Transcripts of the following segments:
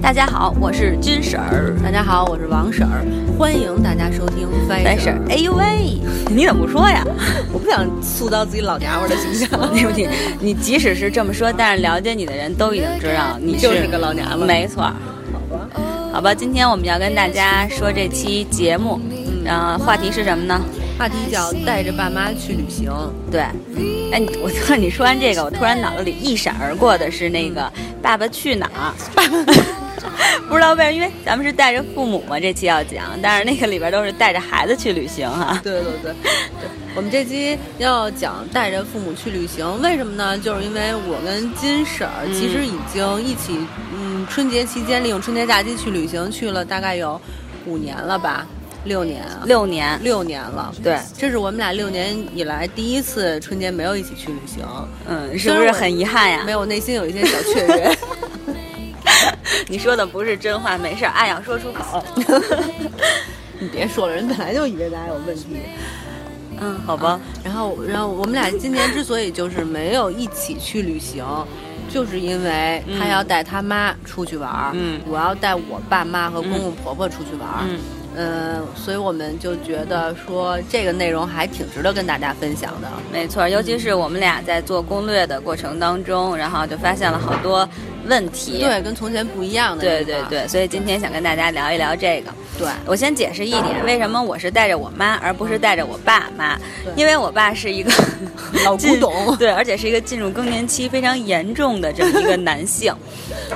大家好，我是金婶儿。大家好，我是王婶儿，欢迎大家收听翻但是婶儿。，哎呦喂，你怎么不说 呀？我不想塑造自己老娘们儿的形象， 对不起，你即使是这么说，但是了解你的人都已经知 道你就是个老娘们儿。没错儿，好吧，今天我们要跟大家说这期节目，嗯、呃，话题是什么呢？话题叫带着爸妈去旅行，对，哎，你我突然你说完这个，我突然脑子里一闪而过的是那个《爸爸去哪儿》， 不知道为什么，因为咱们是带着父母嘛，这期要讲，但是那个里边都是带着孩子去旅行啊哈、 对对对，对，我们这期要讲带着父母去旅行，为什么呢？就是因为我跟金婶儿其实已经一起，嗯，春节期间利用春节假期去旅行去了，大概有五年了吧，六年啊，六年，六年了。对，这是我们俩六年以来第一次春节没有一起去旅行，嗯，是不是很遗憾呀没？有，内心有一些小雀 跃。 你说的不是真话，没事儿，爱要说出口。你别说了，人本来就以为咱俩有问题。嗯，好吧，然后，然后我们俩今年之所以就是没有一起去旅行，就是因为他要带他妈出去玩儿，嗯我要带我爸妈和公公婆婆出去玩儿，嗯，嗯、所以我们就觉得说这个内容还挺值得跟大家分享的。没错，尤其是我们俩在做攻略的过程当中，然后就发现了好多问题。对，跟从前不一样的对地对方。对，所以今天想跟大家聊一聊这个。对我先解释一啊点，为什么我是带着我妈，而不是带着我爸妈嗯对？因为我爸是一个 老古进董对，而且是一个进入更年期非常严重的这么一个男 性。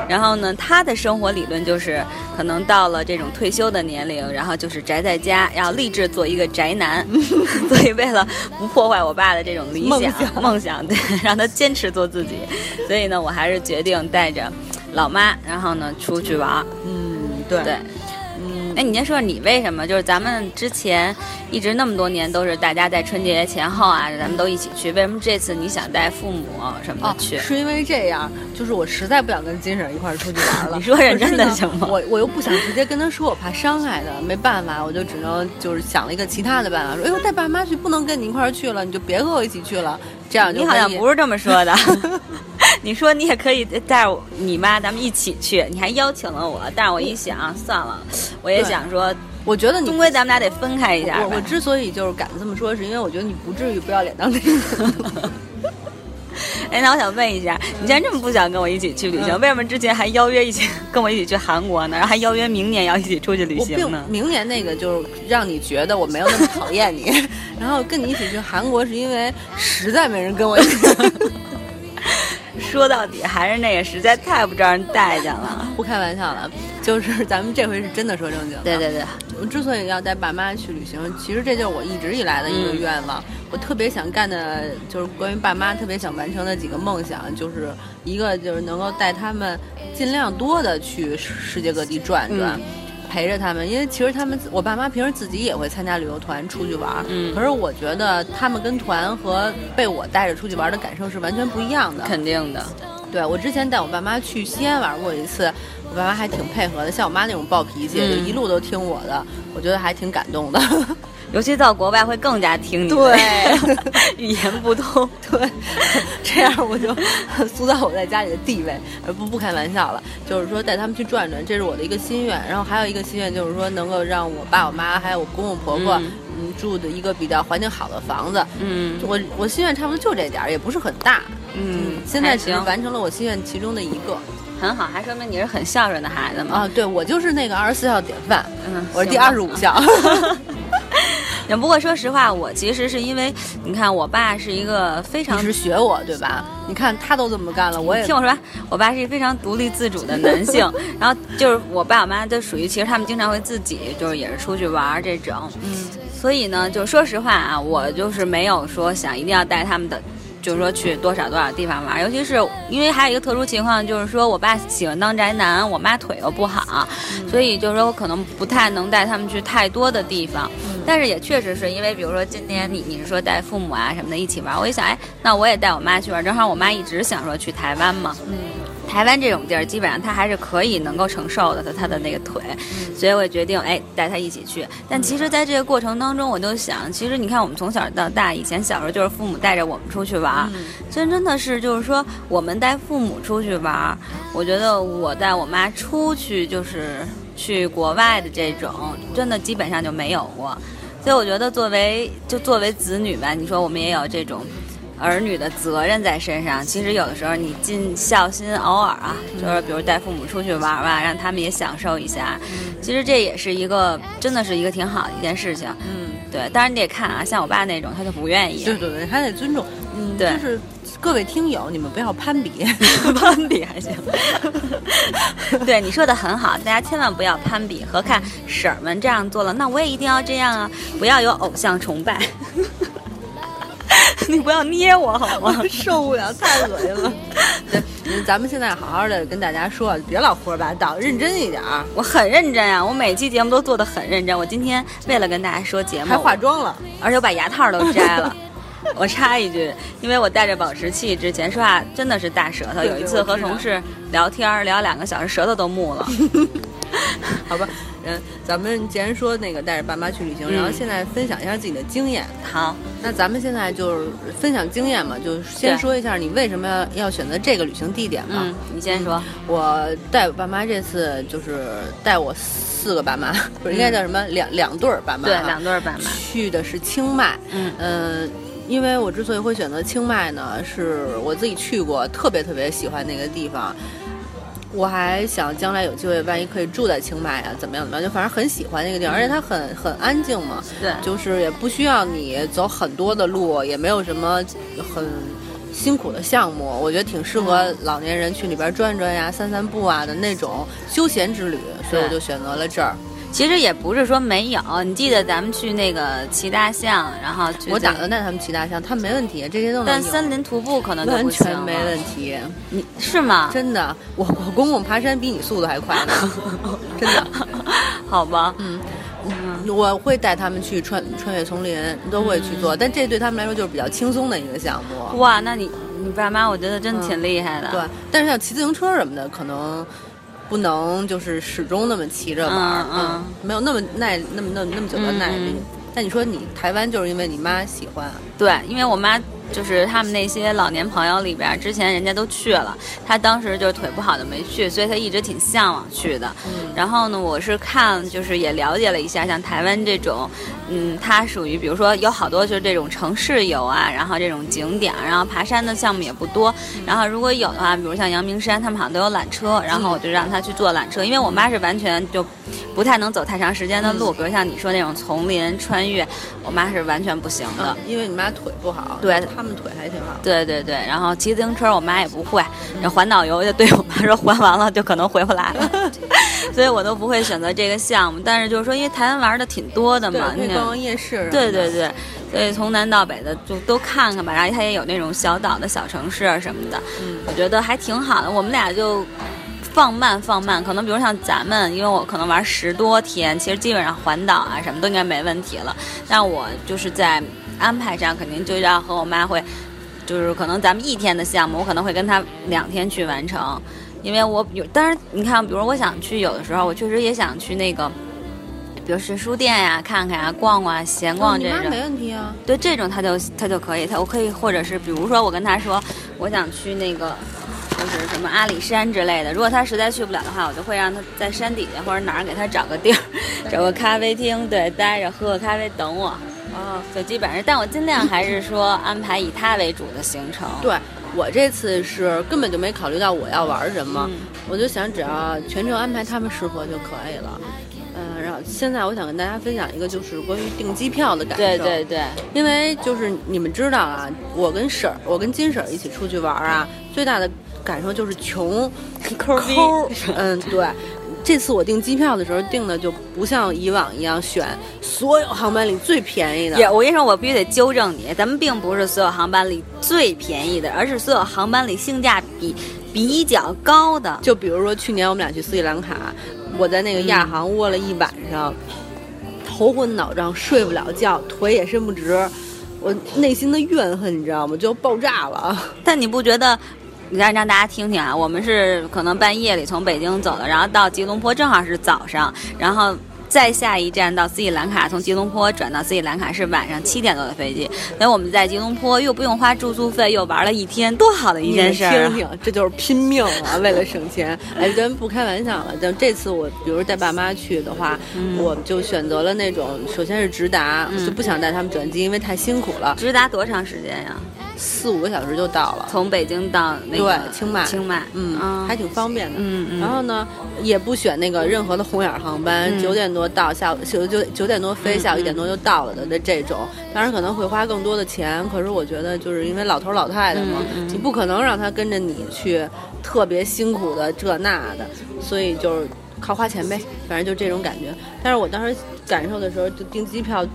然后呢，他的生活理论就是，可能到了这种退休的年龄，然后就是宅在家，要立志做一个宅 男。所以为了不破坏我爸的这种理想梦想梦想，对，让他坚持做自己，所以呢，我还是决定带着老妈，然后呢出去玩儿。嗯，对对，嗯，哎，你先说说你为什么？就是咱们之前一直那么多年都是大家在春节前后啊，咱们都一起去，为什么这次你想带父母什么哦的，去？是因为这样，就是我实在不想跟金婶儿一块儿出去玩 了。你说认可是真的呢行吗我我又不想直接跟她说，我怕伤害她，没办法，我就只能就是想了一个其他的办法，说，哎呦，带爸妈去，不能跟你一块儿去了，你就别和我一起去了，这样就你好像不是是这么说 的。 你说你也可以带我你妈，咱们一起去。你还邀请了我，但是我一想，算了，我也对想说，我觉得你终归咱们俩得分开一下我我吧。之所以就是敢这么说，是因为我觉得你不至于不要脸到那 个程度。哎，那我想问一下，你既然这么不想跟我一起去旅行，为什么之前还邀约一起跟我一起去韩国呢？然后还邀约明年要一起出去旅我行呢并？明年那个就是让你觉得我没有那么讨厌你， 然后跟你一起去韩国是因为实在没人跟我一起。说到底还是那个，实在太不招人待见了。不开玩笑了，就是咱们这回是真的说正经的。对对对，我之所以要带爸妈去旅行，其实这就是我一直以来的一个愿嗯望。我特别想干的，就是关于爸妈特别想完成的几个梦想，就是一个就是能够带他们尽量多的去世界各地转转。嗯陪着他们，因为其实他们自，我爸妈平时自己也会参加旅游团出去玩，嗯可是我觉得他们跟团和被我带着出去玩的感受是完全不一样的。肯定的。对我之前带我爸妈去西安玩过一次，我爸妈还挺配合的，像我妈那种暴脾气，嗯就一路都听我的，我觉得还挺感动的。 尤其到国外会更加听你的，对 语言不通。对，这样我就塑造我在家里的地位，而不不开玩笑了，就是说带他们去转转，这是我的一个心愿。然后还有一个心愿就是说能够让我爸、我妈还有我公公婆婆，嗯嗯住的一个比较环境好的房子。嗯我我心愿差不多就这点儿，也不是很大。嗯，现在还只是行，完成了我心愿其中的一个很好，还说明你是很孝顺的孩子嘛。啊！对我就是那个二十四孝典范，嗯，我是第行吧二 十五孝。 也不过说实话，我其实是因为，你看我爸是一个非常你是学我对吧？你看他都这么干了，我也听我说，我爸是一个非常独立自主的男性，然后就是我爸我妈就属于，其实他们经常会自己就是也是出去玩儿这种，嗯，所以呢，就说实话啊，我就是没有说想一定要带他们的。就是说去多少多少地方玩儿，尤其是因为还有一个特殊情况，就是说我爸喜欢当宅男，我妈腿又不好，所以就是说我可能不太能带他们去太多的地方。但是也确实是因为，比如说今天你你是说带父嗯母啊什么的一起玩儿，我一想，哎，那我也带我妈去玩儿，正好我妈一直想说去台湾嘛，台湾这种地儿，基本上他还是可以能够承受的，他他的那个腿，所以我决定哎带他一起去。但其实，在这个过程当中，我就想，其实你看，我们从小到大，以前小时候就是父母带着我们出去玩儿，真真的是就是说，我们带父母出去玩儿，我觉得我带我妈出去就是去国外的这种，真的基本上就没有过。所以我觉得，作为就作为子女吧，你说我们也有这种儿女的责任在身上。其实有的时候你尽孝心，偶尔啊，就是比如带父母出去玩玩，让他们也享受一下。其实这也是一个，真的是一个挺好的一件事情。嗯，对，当然你得看啊，像我爸那种他就不愿意对，对对，还得尊重。嗯，对就是各位听友，你们不要攀 比。攀比还行。 对，你说的很好，大家千万不要攀比和看婶儿们这样做了，那我也一定要这样啊！不要有偶像崇 拜。你不要捏我好吗？哦受不了，太恶心了。 对，咱们现在好好的跟大家说，别老胡说八道，认真一点儿。我很认真啊，我每期节目都做的很认真。我今天为了跟大家说节目，还化妆了，而且我把牙套都摘 了。我插一句，因为我戴着保持器，之前说话真的是大舌头。对有一次和我知道同事聊天儿聊两个小时，舌头都木 了。好吧？嗯，咱们既然说那个带着爸妈去旅行，嗯然后现在分享一下自己的经验。好，那咱们现在就是分享经验嘛，就是对先说一下你为什么要要选择这个旅行地点嘛。嗯，你先说。我带我爸妈这次就是带我四个爸妈， 不是应该叫什么、两两对儿爸嗯妈？对，两对儿爸妈。去的是清迈，嗯呃，因为我之所以会选择清迈呢，是我自己去过，特别特别喜欢那个地方。我还想将来有机会，万一可以住在清迈啊，怎么样怎么样，就反正很喜欢那个地方，而且它很很安静嘛，对，就是也不需要你走很多的路，也没有什么很辛苦的项目，我觉得挺适合老年人去里边转转呀、散散步啊的那种休闲之旅，所以我对就选择了这儿。其实也不是说没有，你记得咱们去那个骑大象，然后去我打那个算带他们骑大象，他们没问题，这些都能但有森林徒步可能就完不行全没了问题，啊你是 吗？真的，我我公公爬山比你速度还快 呢，真 的。好吧，我会带他们去穿穿越丛林，都会去做，但这对他们来说就是比较轻松的一个项目。哇，那你你爸妈我觉得真的嗯挺厉害的，对，但是像骑自行车什么的，可能不能就是始终那么骑着玩儿，嗯嗯没有那么耐那么那么那么久的耐力。嗯但你说你台湾就是因为你妈喜欢，对因为我妈。就是他们那些老年朋友里边，之前人家都去了，她当时就是腿不好的没去，所以她一直挺向往去的。嗯，然后呢，我是看就是也了解了一下，像台湾这种，嗯，它属于比如说有好多就是这种城市游啊，然后这种景点，然后爬山的项目也不多。然后如果有的话，比如像阳明山，他们好像都有缆车，然后我就让他去坐缆车，因为我妈是完全就不太能走太长时间的路，比如像你说那种丛林穿越，我妈是完全不行的。啊因为你妈腿不好，嗯对他们腿还挺好。对对对，然后骑自行车我妈也不会，然后环岛游就对我妈说环完了就可能回不来了， 所以我都不会选择这个项目。但是就是说，因为台湾玩的挺多的对嘛，，可以那逛逛夜市啊什么对的。对对，所以从南到北的就都看看吧。然后它也有那种小岛的小城市啊什么的，嗯我觉得还挺好的。我们俩就。放慢，放慢，可能比如像咱们，因为我可能玩十多天，其实基本上环岛啊什么都应该没问题了。但我就是在安排上，肯定就要和我妈会，就是可能咱们一天的项目，我可能会跟她两天去完成，因为我有，当然你看，比如我想去，有的时候我确实也想去那个，比如是书店呀、看看呀、逛逛啊、闲哦逛你这妈种。没问题啊。对这种他就他就可以，他我可以，或者是比如说我跟他说我想去那个就是什么阿里山之类的，如果他实在去不了的话，我就会让他在山底下或者哪儿给 他找个地儿，找个咖啡厅，对，待着喝个咖啡等我，啊，就基本上，但我尽量还是说安排以他为主的行程。对我这次是根本就没考虑到我要玩什么，嗯我就想只要全程安排他们适合就可以了。嗯、然后现在我想跟大家分享一个就是关于订机票的感受。对对对，因为就是你们知道啊，我跟婶儿，我跟金婶儿一起出去玩儿啊，最大的感受就是穷抠逼抠儿。嗯，对。这次我订机票的时候订的就不像以往一样选所有航班里最便宜的，也我跟你说，我必须得纠正你，咱们并不是所有航班里最便宜的，而是所有航班里性价比比较高的。就比如说去年我们俩去斯里兰卡，我在那个亚航窝了一晚上，头昏脑胀，睡不了觉，腿也伸不直，我内心的怨恨你知道吗？就爆炸了。但你不觉得让让大家听听啊，我们是可能半夜里从北京走的，然后到吉隆坡正好是早上，然后。再下一站到斯里兰卡，从吉隆坡转到斯里兰卡是晚上七点多的飞机，所以我们在吉隆坡又不用花住宿费，又玩了一天，多好的一件事儿、听啊！听，这就是拼命啊，为了省钱。哎，咱不开玩笑了。就这次我，比如带爸妈去的话，嗯我就选择了那种，首先是直达，嗯就不想带他们转机，因为太辛苦了，直达多长时间呀？四五个小时就到了。从北京到那个对清迈清迈，啊嗯，还挺方便的。嗯嗯然后呢，也不选那个任何的红眼航班，嗯九点多到，下午九九九点多飞，下午一点多就到了的的这种。当然可能会花更多的钱，可是我觉得就是因为老头老太太嘛，嗯你不可能让他跟着你去特别辛苦的这那的，所以就是靠花钱呗，反正就这种感觉。但是我当时感受的时候，就订机票。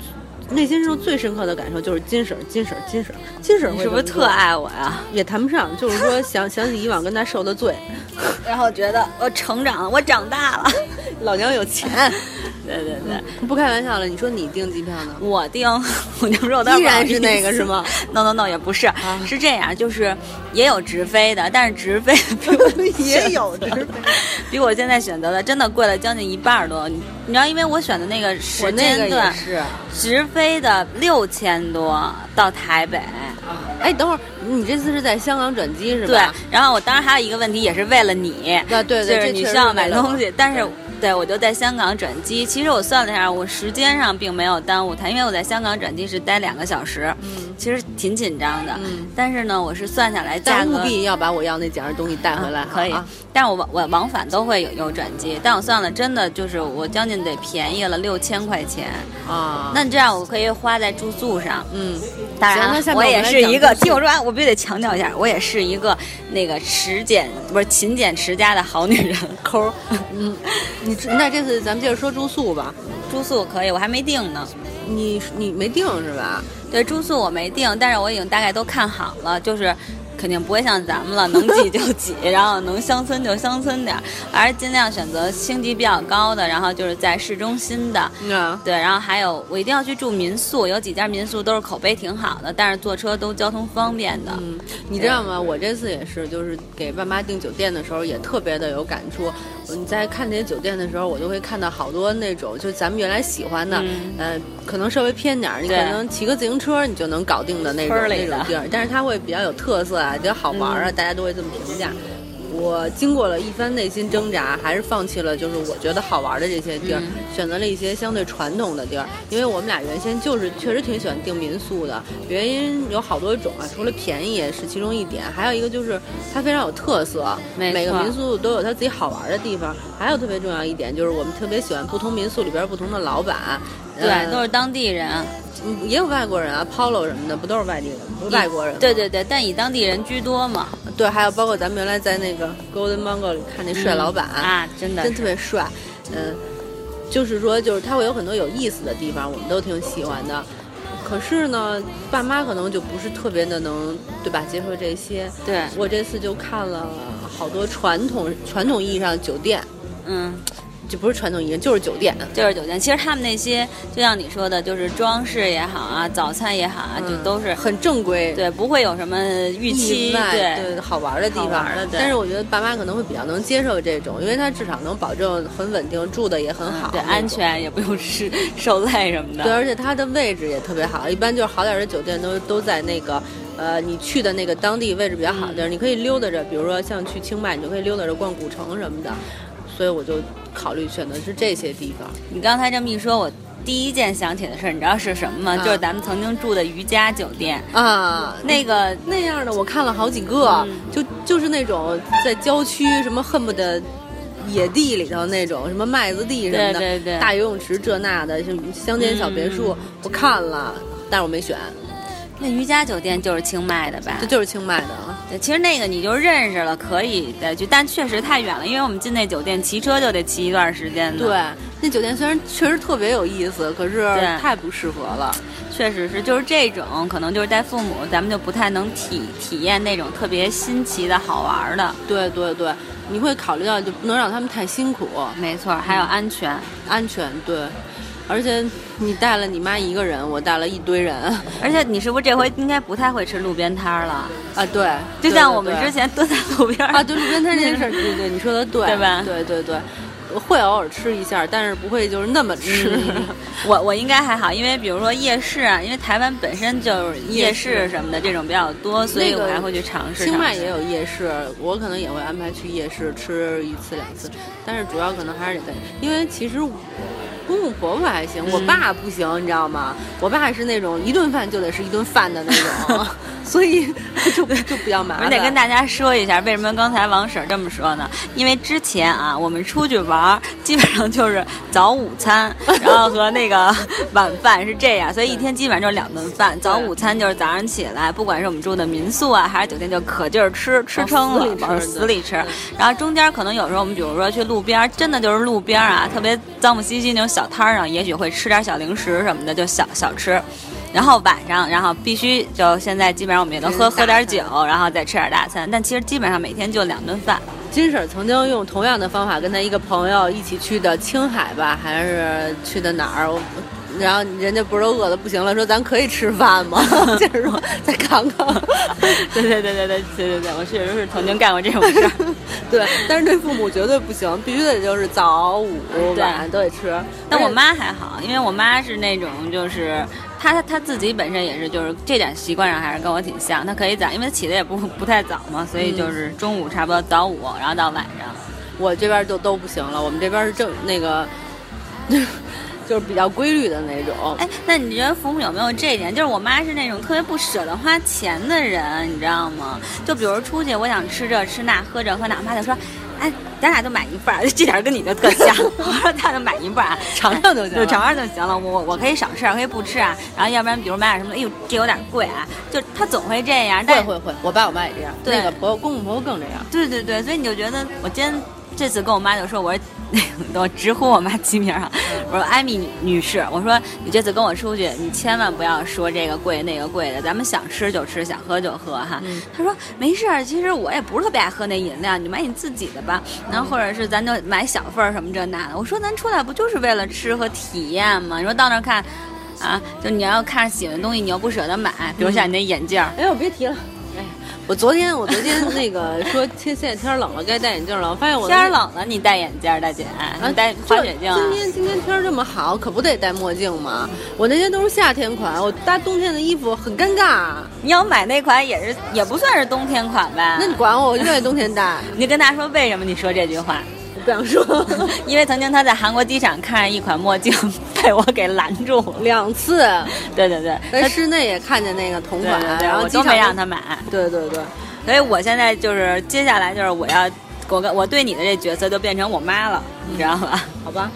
内心中最深刻的感受就是金婶儿，金婶儿，金婶儿，金婶儿你会是不是这么特做爱我呀？也谈不上，就是说想想起以往跟他受的罪， 然后觉得我成长了，我长大了。老娘有钱， 对对对，不开玩笑了。你说你订机票呢？嗯我订，我就说我当依然是那个是吗 ？No No No，也不是，是这样，就是也有直飞的，但是直飞比我 也有 直飞，哎比我现在选择的真的贵了将近一半儿多。你你知道，因为我选的那个我时那个间也段，是。直飞的六千多到台北。哎，等会儿你这次是在香港转机是对吧？，然后我当时还有一个问题，也是为了你，啊对对就是这你确需实要是买为了我东西，但是对我就在香港转机。其实我算了一下，我时间上并没有耽误它，因为我在香港转机是待两个小时，其实挺紧张的。嗯但是呢，我是算下来价但务格。必要把我要那几样东西带回来。啊可以啊，但是我往我往返都会有有转机，但我算了，真的就是我将近得便宜了六千块钱。啊，那这样我可以花在住宿上，嗯，当行然啊那下，面我我也们来是讲一个，故事听我说完，我必须得强调一下，我也是一个那个勤俭不是勤俭持家的好女人。抠 儿，嗯，你这那这次咱们接着说住宿吧。住宿可以，我还没定呢。你你没订是吧？对，住宿我没定，但是我已经大概都看好了，就是。肯定不会像咱们了，能挤就 挤，然后能乡村就乡村点儿，还是尽量选择星级比较高的，然后就是在市中心的，啊，对，然后还有我一定要去住民宿，有几家民宿都是口碑挺好的，但是坐车都交通方便的。嗯，你知道吗？我这次也是，就是给爸妈订酒店的时候，也特别的有感触。你在看那些酒店的时候，我就会看到好多那种，就咱们原来喜欢的，嗯呃，可能稍微偏点儿，你可对能骑个自行车你就能搞定的那种村儿里的嗯那种地儿，但是它会比较有特色啊，比较好玩儿啊，大家都会这么评价。我经过了一番内心挣扎，还是放弃了，就是我觉得好玩的这些地儿，嗯选择了一些相对传统的地儿。因为我们俩原先就是确实挺喜欢订民宿的，原因有好多种啊，除了便宜也是其中一点，还有一个就是它非常有特色，没每个错民宿都有它自己好玩的地方。还有特别重要一点就是我们特别喜欢不同民宿里边不同的老板，对，都是是当地人，也有外国人啊，Polo 什么的，不都是外地人，不是外国人吗对对对，但以当地人居多嘛。对，还有包括咱们原来在那个 Golden Mango 里看那帅老板。啊，真的真是特别帅，嗯、就是说，就是他会有很多有意思的地方，我们都挺喜欢的。可是呢，爸妈可能就不是特别的能，对吧？接受这些。对，我这次就看了好多传统传统意义上的酒店，嗯，就不是传统意义，就是酒店。就是酒店。其实他们那些，就像你说的，就是装饰也好啊，早餐也好啊，嗯就都是很正规，对，不会有什么预期，意外对，好玩的地好方玩的。对但是我觉得爸妈可能会比较能接受这种，因为他至少能保证很稳定，住的也很好，嗯对，安。全也不用吃受累什么对，的。而且它的位置也特别好，一般就是好点儿的酒店都都在那个，呃，你去的那个当地位置比较好的地儿，你可以溜达着，比如说像去清迈，你就可以溜达着逛古城什么的。所以我就考虑选的是这些地方。你刚才这么一说，我第一件想起的事儿，你知道是什么吗？啊就是咱们曾经住的瑜伽酒店，啊，那那个那样的我看了好几个，嗯就就是那种在郊区什么恨不得。野地里头那种什么麦子地什么的，对对对大游泳池这那的，什么乡间小别墅，我看了，但是我没选，那瑜伽酒店就是清迈的吧这？就是清迈的啊。对，其实那个你就认识了，可以再去，但确实太远了，因为我们进那酒店骑车就得骑一段时间的。对，那酒店虽然确实特别有意思，可是对太不适合了。确实是，就是这种可能就是带父母，咱们就不太能体体验那种特别新奇的好玩儿的。对对对，你会考虑到就不能让他们太辛苦，没错，还有安全。安全对。而且你带了你妈一个人，我带了一堆人 而且你是不是这回应该不太会吃路边摊儿了？啊，对，就对像对我们对之前 蹲在路边儿啊，对路边摊 这件事儿，对对，你说的对，对吧对对对，会偶尔吃一下，但是不会就是那么吃。 我我应该还好，因为比如说夜市啊，因为台湾本身就是夜市什么的这种比较多，所以那我个还会去尝试。清迈尝试 也有夜市，我可能也会安排去夜市吃一次两次，但是主要可能还是得跟，因为其实我公公婆婆还行，我嗯爸不行，你知道吗？我爸是那种一顿饭就得是一顿饭的那 种， 所以就就比较麻我烦。得跟大家说一下，为什么刚才王婶儿这么说呢？因为之前啊，我们出去玩儿，基本上就是早午餐，然后和那 个晚饭是这样，所以一天基本上就是两顿饭。早午餐就是早上起来，不管是我们住的民宿啊，还是酒店，就可劲儿吃，吃撑了，往往死死里里吃。然后中间可能有时候我们比如说去路边儿，真的就是路边儿啊，特别脏不兮兮那种小摊儿上，也许会吃点小零食什么的，就小小吃。然后晚上，然后必须就现在基本上我们也都喝喝吃大点餐酒，然后再吃点大餐。但其实基本上每天就两顿饭。 金婶儿曾经用同样的方法跟她一个朋友一起去的青海吧，还是去的哪儿？我然后人家不是都饿得不行了，说咱可以吃饭吗？ 金婶儿说再看看。对对对对对对对对，我确实是曾经干过这种事儿。对，但是对父母绝对不行，必须得就是早午对晚都得吃。但而且我妈还好，因为我妈是那种就是她她她自己本身也是就是这点习惯上还是跟我挺像，她可以早，因为起的也不不太早嘛，所以就是中午差不多早午，然后到晚上。我这边就都不行了，我们这边是正那个， 就是比较规律的那种。哎，那你觉得父母有没有这一点？就是我妈是那种特别不舍得花钱的人，你知道吗？就比如出去，我想吃这吃那，喝这喝那，我妈就说：“哎，咱俩就买一份儿，就这点儿跟你的特像。” 我说：“咱俩就买一份儿，尝尝就行对，了尝尝就行了。我我可以少吃啊，可以不吃啊。然后要不然，比如买点什么，哎呦，这有点贵啊。就她总会这样，但会会会，我爸我妈也这样，对那个婆公公婆婆更这样。对对对，所以你就觉得我今天这次跟我妈就说，我 说我直呼我妈齐名啊，我说艾米女女士，我说你这次跟我出去，你千万不要说这个贵那个贵的，咱们想吃就吃，想喝就喝哈。她说没事儿，其实我也不是特别爱喝那饮料，你买你自己的吧，然后或者是咱就买小份儿什么这那的。我说咱出来不就是为了吃和体验吗？你说到那儿看。啊，就你要看喜欢的东西，你又不舍得买，比如像你那眼镜儿，哎呦，别提了。哎，我昨天我昨天那个说天现在天儿冷了该戴眼镜了，我发现我天儿那个冷了，你戴眼镜儿，大姐，嗯啊你戴这滑雪镜啊？今天今天天儿这么好，可不得戴墨镜吗？我那些都是夏天款，我搭冬天的衣服很尴尬。啊你要买那款也是也不算是冬天款吧？那你管我，我就爱冬天戴，你跟他说为什么你说这句话？ 我不想说 因为曾经他在韩国机场看上一款墨镜， 被我给拦住了。两次，对对对，在室内也看见那个同对款，对对，然后我机都场没让他买。对对对，所以我现在就是接下来就是我要我跟我对你的这角色就变成我妈了，你知道吧？好吧，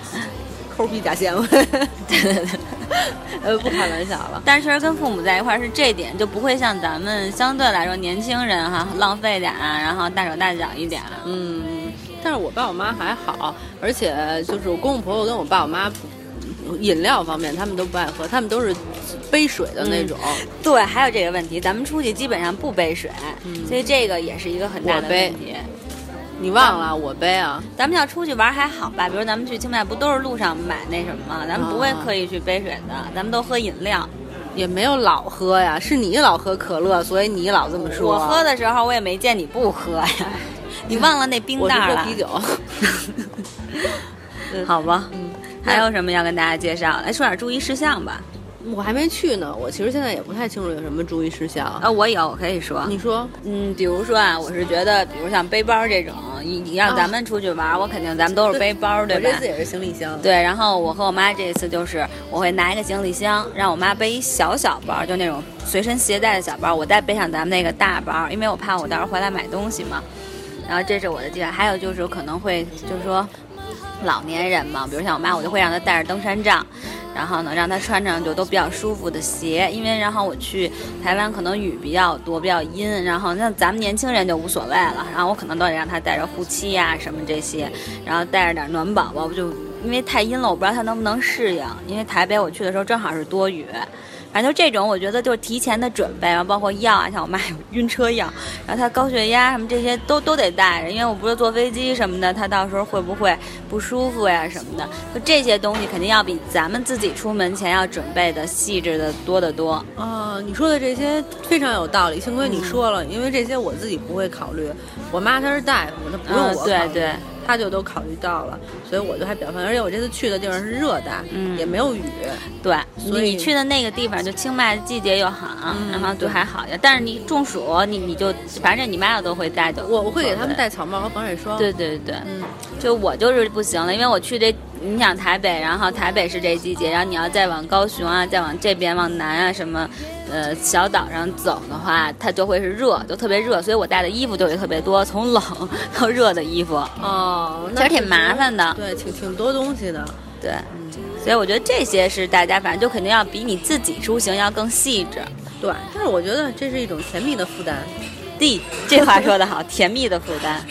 抠鼻甲纤维， 对对对。 呃， 不开玩笑了。但是确实跟父母在一块儿是这点，就不会像咱们相对来说年轻人哈浪费点儿，啊然后大手大脚一点儿。啊嗯，但是我爸我妈还好，而且就是我公公婆婆跟我爸我妈不，饮料方面他们都不爱喝，他们都是杯水的那种，对，还有这个问题，咱们出去基本上不背水，所以这个也是一个很大的嗯我背问题。你忘了我杯啊？咱们要出去玩还好吧，比如咱们去清迈，不都是路上买那什么吗？咱们不会啊刻意去背水的，咱们都喝饮料。也没有老喝呀，是你老喝可乐，所以你老这么说。我喝的时候我也没见你不喝呀， 你忘了那冰我是袋儿喝了 啤？酒， 好吧，嗯，还有什么要跟大家介绍？哎来说点注意事项吧。我还没去呢，我其实现在也不太清楚有什么注意事项。啊，我有，我可以说。你说，嗯，比如说啊，我是觉得，比如像背包这种，你你让啊咱们出去玩，我肯定咱们都是背包，对我吧？这次也是行李箱，对，然后我和我妈这一次就是，我会拿一个行李箱，让我妈背一小小包，就那种随身携带的小包，我再背上咱们那个大包，因为我怕我到时候回来买东西嘛。然后这是我的计划，还有就是可能会就是说，老年人嘛，比如像我妈，我就会让她带着登山杖，然后呢让她穿上就都比较舒服的鞋，因为然后我去台湾可能雨比较多，比较阴，然后那咱们年轻人就无所谓了，然后我可能都得让她带着护膝呀、什么这些，然后带着点暖宝宝，就因为太阴了，我不知道她能不能适应，因为台北我去的时候正好是多雨。反正就这种，我觉得就是提前的准备，然后包括药啊，像我妈有晕车药，然后她高血压什么这些都都得带着，因为我不是坐飞机什么的，她到时候会不会不舒服呀什么的，就这些东西肯定要比咱们自己出门前要准备的细致的多得多。啊，你说的这些非常有道理，幸亏你说了，因为这些我自己不会考虑。我妈她是大夫，她不用我嗯考虑、对对她就都考虑到了，所以我就还比较放心。而且我这次去的地方是热带，嗯也没有雨。对，所以你去的那个地方就清迈季节又好，嗯然后就对还好一点。但是你中暑，你你就反正你妈要都会带走，我我会给他他们。戴草帽和防晒霜。对，对对，嗯，就我就是不行了，因为我去这，你想台北，然后台北是这季节，然后你要再往高雄啊，再往这边往南啊什么，呃小岛上走的话，它就会是热，就特别热，所以我带的衣服就会特别多，从冷到热的衣服，哦，其那实挺麻烦的。对，挺挺多东西的。嗯对，所以我觉得这些是大家反正就肯定要比你自己出行要更细致。对，但是我觉得这是一种甜蜜的负担。 D，这话说得好，甜蜜的负担。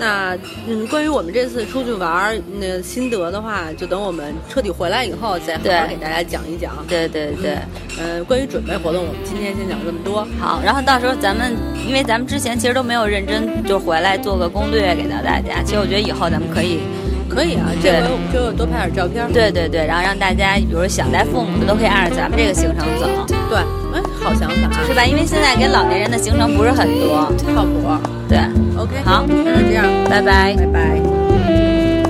那嗯，关于我们这次出去玩儿那心得的话，就等我们彻底回来以后再好好对给大家讲一讲。 对对对，嗯，关于准备活动，我们今天先讲这么多。好，然后到时候咱们，因为咱们之前其实都没有认真就回来做个攻略给到大家，其实我觉得以后咱们可以，可以啊，这对回我们就多拍点照片儿。对对对，然后让大家，比如想带父母的都可以按照咱们这个行程走，对，哎，好想法，是吧？因为现在给老年人的行程不是很多，靠谱。对，啊 OK，好那就这样，拜拜。拜拜。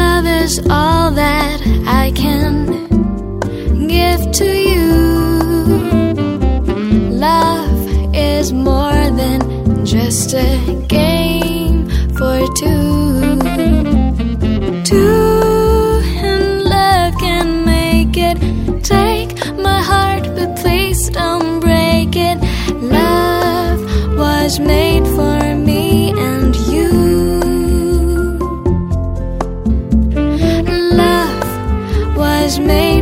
Love is all that I can give to you. Love is more than just a game for two. Two and love can make it. Take my heart, but please don't break it. Love was made for me and you love was made